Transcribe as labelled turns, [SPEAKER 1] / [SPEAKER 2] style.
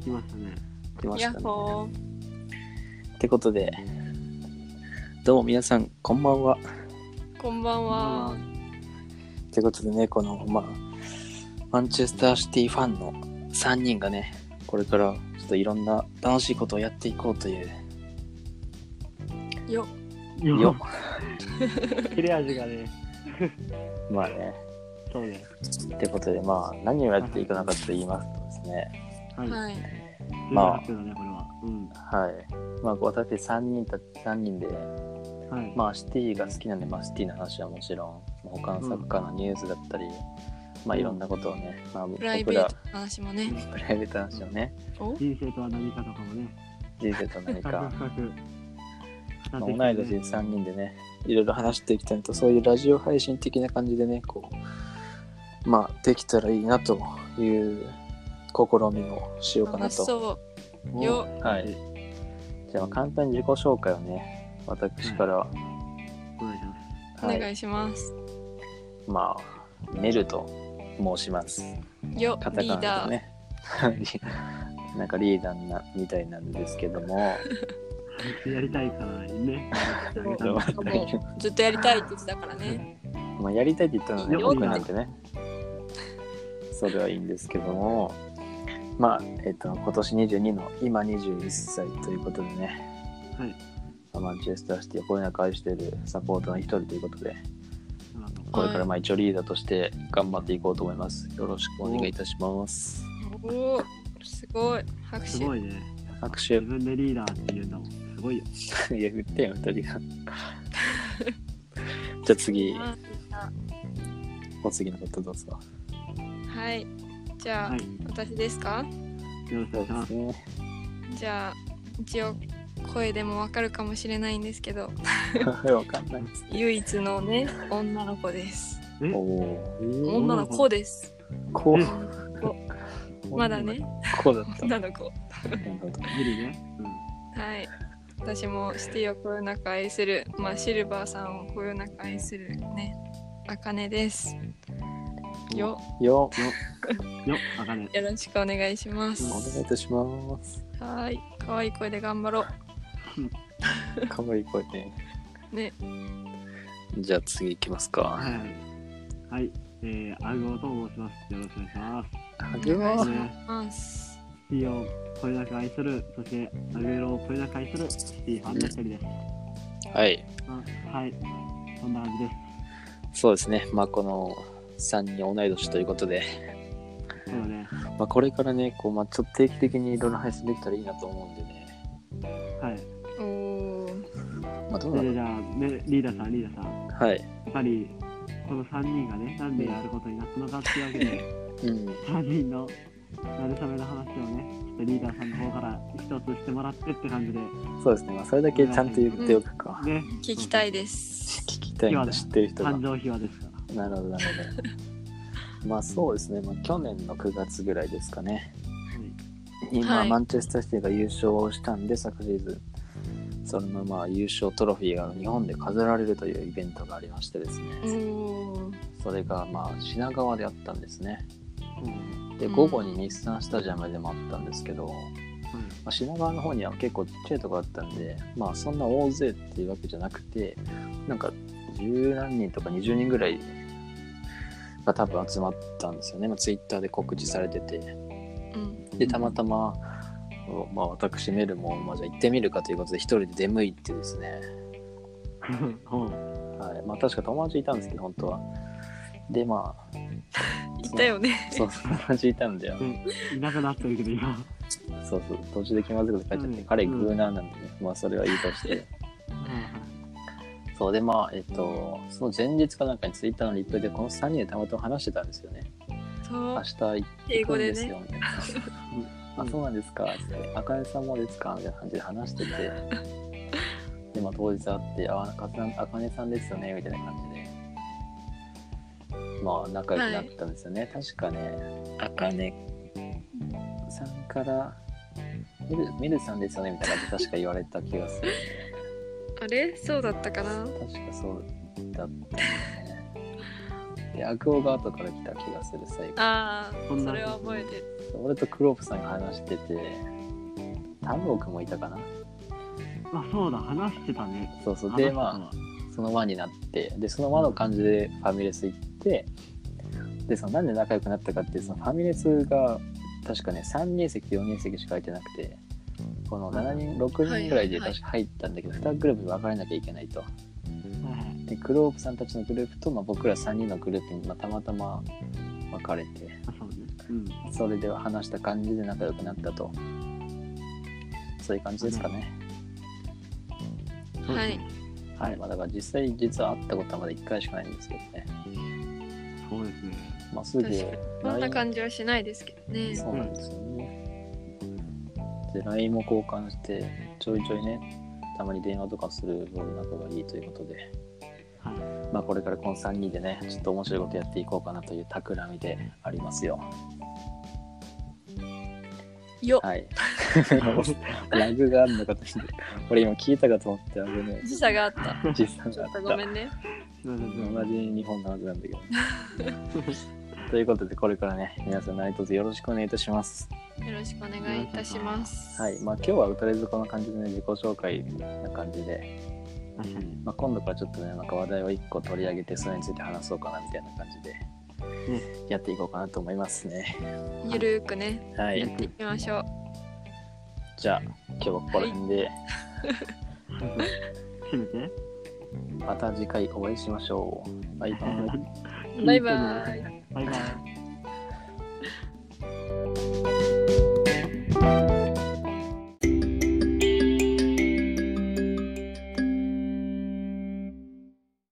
[SPEAKER 1] ったね。
[SPEAKER 2] 出まし
[SPEAKER 3] ヤ
[SPEAKER 2] た
[SPEAKER 3] ッ
[SPEAKER 2] ね。
[SPEAKER 3] ホー。
[SPEAKER 2] ってことで、どうも皆さん、こんばんは。
[SPEAKER 3] こんばんは。
[SPEAKER 2] ってことでね、この、まあ、マンチェスターシティファンの3人がね、これからちょっといろんな楽しいことをやっていこうという、
[SPEAKER 3] よ。
[SPEAKER 1] うん
[SPEAKER 2] よ、
[SPEAKER 1] 切れ味がね、
[SPEAKER 2] まあね、
[SPEAKER 1] そうね。
[SPEAKER 2] ってことで、まあ、何をやっていくのかと言いますとですね、
[SPEAKER 1] はい。
[SPEAKER 3] はい。
[SPEAKER 2] まあ
[SPEAKER 1] あ、だね、これは。うん。
[SPEAKER 2] はい、まあ、私3人た、三人で、
[SPEAKER 1] はい。
[SPEAKER 2] まあ、シティが好きなんで、まあ、シティの話はもちろん、他のサッカーのニュースだったり、まあ、いろんなことをね、まあ、僕
[SPEAKER 3] プ
[SPEAKER 2] ら
[SPEAKER 3] ライ、
[SPEAKER 2] プ
[SPEAKER 3] ベートの話もね。
[SPEAKER 2] ライベートの話をね、
[SPEAKER 3] お
[SPEAKER 1] 人生とは何かとかもね、
[SPEAKER 2] 人生と何
[SPEAKER 1] 深く
[SPEAKER 2] か、
[SPEAKER 1] 深く。
[SPEAKER 2] まあ同い年で3人でねいろいろ話していきたいのとそういうラジオ配信的な感じでねこうまあできたらいいなという試みをしようかな
[SPEAKER 3] 楽し
[SPEAKER 2] と、
[SPEAKER 3] そ
[SPEAKER 1] お
[SPEAKER 3] う。よ。
[SPEAKER 2] はい、じゃあ簡単に自己紹介をね私から、は
[SPEAKER 1] お願いします。
[SPEAKER 2] い
[SPEAKER 3] お願いします。
[SPEAKER 2] まあメルと申します
[SPEAKER 3] よ
[SPEAKER 2] カ。タ
[SPEAKER 3] リ
[SPEAKER 2] カ
[SPEAKER 3] ー
[SPEAKER 2] ナ
[SPEAKER 3] ダ
[SPEAKER 2] で
[SPEAKER 3] ー。
[SPEAKER 2] ね なんかリーダーなみたいなんですけども
[SPEAKER 1] やりたいからね。
[SPEAKER 2] そう
[SPEAKER 3] ずっとやりたいって言ってたか らね。
[SPEAKER 2] まあやりたいって言ったのはね
[SPEAKER 1] よ
[SPEAKER 2] 僕なんてねそれはいいんですけどもまあえっ、と今年22の今21歳ということでね
[SPEAKER 1] はい。
[SPEAKER 2] まあマンチェスターシティをこよなく愛しているサポーターの一人ということでこれからまあ一応リーダーとして頑張っていこうと思いますよろしくお願いいたします
[SPEAKER 3] おお。すごい。拍
[SPEAKER 1] す
[SPEAKER 3] 手。
[SPEAKER 1] ごいね。
[SPEAKER 2] 拍
[SPEAKER 1] 自
[SPEAKER 2] 手
[SPEAKER 1] 分でリーダーって言うんだもん。すごいよ。
[SPEAKER 2] いや振ってよ二人がじゃあ次
[SPEAKER 3] あ
[SPEAKER 2] お次のことどうぞ
[SPEAKER 3] はい。じゃあ、
[SPEAKER 1] はい。
[SPEAKER 3] 私ですか
[SPEAKER 1] よろしくお願いします。
[SPEAKER 2] ね
[SPEAKER 3] じゃあ、一応声でもわかるかもしれないんですけど、
[SPEAKER 2] わかんないです
[SPEAKER 3] 唯一のね、女の子です。
[SPEAKER 2] おおー
[SPEAKER 3] 女の子です。
[SPEAKER 2] こう
[SPEAKER 3] まだね、
[SPEAKER 2] こうだった
[SPEAKER 3] 女の子。
[SPEAKER 1] 無理ね。
[SPEAKER 3] はい。私もシティをこよなく愛する、まあ、シルバーさんをこよなく愛するね、あかねです。よ、
[SPEAKER 2] よ、
[SPEAKER 1] うん。よ、あかね。
[SPEAKER 3] よろしくお願いします。
[SPEAKER 2] お願いいたします。
[SPEAKER 3] はーい。可愛い声で頑張ろ
[SPEAKER 2] かわいい声ね。
[SPEAKER 3] う。ね、
[SPEAKER 2] じゃあ次行きますか。
[SPEAKER 1] はい。はい。えー、あごと申します。よろしくお願いします。
[SPEAKER 2] あ
[SPEAKER 3] お願いし
[SPEAKER 1] ね
[SPEAKER 3] ます。
[SPEAKER 1] シティをこれだけ愛する、そしてアグエロをこれだけ愛するシティファンの一人です。
[SPEAKER 2] はい、
[SPEAKER 1] あはい。そんな感じです。
[SPEAKER 2] そうですね。まあこの3人同い年ということで、
[SPEAKER 1] そうだね。
[SPEAKER 2] まあこれからね、こうまあちょっと定期的にいろいろ配信できたらいいなと思うんでね。
[SPEAKER 1] はい。
[SPEAKER 3] おー。
[SPEAKER 2] まあど
[SPEAKER 1] そう
[SPEAKER 2] な
[SPEAKER 1] れで
[SPEAKER 2] の
[SPEAKER 1] じゃあ、ね、リーダーさん、リーダーさん。や
[SPEAKER 2] はい。
[SPEAKER 1] っぱり、この3人がね、なんでやることになったのかっていうわけで、
[SPEAKER 2] うん。
[SPEAKER 1] 3人のなるための話をね、ちょっとリーダーさんの方から一つしてもらってって感じで、
[SPEAKER 2] そうですね。まあそれだけちゃんと言っておくか。
[SPEAKER 1] ね。
[SPEAKER 3] 聞きたいです。
[SPEAKER 2] 聞きたいんだ知ってる人が
[SPEAKER 1] 誕。生秘話ですから。
[SPEAKER 2] なるほど、なるほど。まあそうですね。まあ去年の9月ぐらいですかね。今、
[SPEAKER 3] はい
[SPEAKER 2] マンチェスターシティが優勝したんで昨シーズンそのまま優勝トロフィーが日本で飾られるというイベントがありましてですね、
[SPEAKER 3] おー。
[SPEAKER 2] それがまあ品川であったんですね
[SPEAKER 1] はい。うん
[SPEAKER 2] で
[SPEAKER 3] うん
[SPEAKER 2] 午後に日産スタジアムでもあったんですけど、まあ、品川の方には結構ちっちゃいとこあったんでまあそんな大勢っていうわけじゃなくてなんか十何人とか20人ぐらいが多分集まったんですよね、まあ、ツイッターで告知されてて
[SPEAKER 3] うん。
[SPEAKER 2] でたまたま、まあ、私メルも、まあ、じゃあ行ってみるかということで一人で出向いてですね、
[SPEAKER 1] うん。うん
[SPEAKER 2] はいまあ、確か友達いたんですけど本当はでまあ
[SPEAKER 3] いたよね。
[SPEAKER 2] そう友達いたんだよ
[SPEAKER 1] いなくなってるけど、今。
[SPEAKER 2] そうそう途中で気まずいこと書いちゃって、
[SPEAKER 1] うん
[SPEAKER 2] 彼グーナーなんでね、まあそれはいいとしてそうでまあえっとその前日かなんかにツイッターのリプでこの3人でたまたま話してたんですよね
[SPEAKER 3] そ
[SPEAKER 2] 明
[SPEAKER 3] う。
[SPEAKER 2] 日行
[SPEAKER 3] 英
[SPEAKER 2] く
[SPEAKER 3] 語
[SPEAKER 2] ん
[SPEAKER 3] で
[SPEAKER 2] です
[SPEAKER 3] ね。
[SPEAKER 2] よみたいなあそうなんですかつって「あかねさんもですか?」みたいな感じで話してて で、まあ、当日会って「ああかさんあかねさんですよね」みたいな感じでまあ仲良くなったんですよね、確かねあかねさんから「みるみるさんですよね」みたいな感じで確か言われた気がする
[SPEAKER 3] あれそうだったかな
[SPEAKER 2] 確かそうだったんですねで悪王が後から来た気がする最後
[SPEAKER 3] ああ、
[SPEAKER 1] そんな
[SPEAKER 3] それは覚えてる。
[SPEAKER 2] 俺とクロープさんが話してて三郎くんもいたかな
[SPEAKER 1] あそうだ話してたね
[SPEAKER 2] そうそうでまあ
[SPEAKER 1] 話して
[SPEAKER 2] その輪になってでその輪の感じでファミレス行ってでそのなんで仲良くなったかってそのファミレスが確かね3人席と4人席しか空いてなくてこの7人6人ぐらいで確か入ったんだけど2グループに分かれなきゃいけないと
[SPEAKER 1] たわはいはい
[SPEAKER 2] でクロープさんたちのグループと、まあ、僕ら3人のグループに、まあ、たまたま分かれて
[SPEAKER 1] あそうねうん
[SPEAKER 2] それでは話した感じで仲良くなったとそういう感じですかね、
[SPEAKER 1] そうですね
[SPEAKER 2] はいまあ、だから実際実は会ったことはまだ1回しかないんですけどね、
[SPEAKER 1] そうですね
[SPEAKER 2] まあ、すぐ
[SPEAKER 3] 確かにそんな
[SPEAKER 2] LINE
[SPEAKER 3] 感じはしないですけどね。
[SPEAKER 2] そうなんですよね。で、LINE も交換して、ちょいちょいね、たまに電話とかする仲がいいということで、
[SPEAKER 1] はい
[SPEAKER 2] まあ、これからこの3人でね、ちょっと面白いことやっていこうかなという企みでありますよ。
[SPEAKER 3] よっ、
[SPEAKER 2] はい。ラグがあるのかと思って、これ今聞いたかと思って、あれね、
[SPEAKER 3] 時差があった。
[SPEAKER 2] 実際
[SPEAKER 3] ち
[SPEAKER 2] が
[SPEAKER 3] ょ
[SPEAKER 2] あ
[SPEAKER 3] っ
[SPEAKER 2] っ
[SPEAKER 3] とご
[SPEAKER 2] た
[SPEAKER 3] め。んね。
[SPEAKER 1] すいません
[SPEAKER 2] 同じ日本のはずなんだけど。ということで、これからね、皆さん何卒よろしくお願いいたします。
[SPEAKER 3] よろしくお願いいたします。
[SPEAKER 2] はい、まあ、今日はとりあえずこんな感じでね、自己紹介な感じで、
[SPEAKER 1] 確か に
[SPEAKER 2] まあ、今度からちょっとねなんか話題を1個取り上げてそれについて話そうかなみたいな感じでやっていこうかなと思いますね。
[SPEAKER 3] ゆるーくね、
[SPEAKER 2] は
[SPEAKER 3] や
[SPEAKER 2] い
[SPEAKER 3] っていきましょう。
[SPEAKER 2] じゃあ今日はここら辺で
[SPEAKER 1] 締めて
[SPEAKER 2] また次回お会いしましょう。バイバイ。
[SPEAKER 3] バイバーイ。
[SPEAKER 1] バイバイ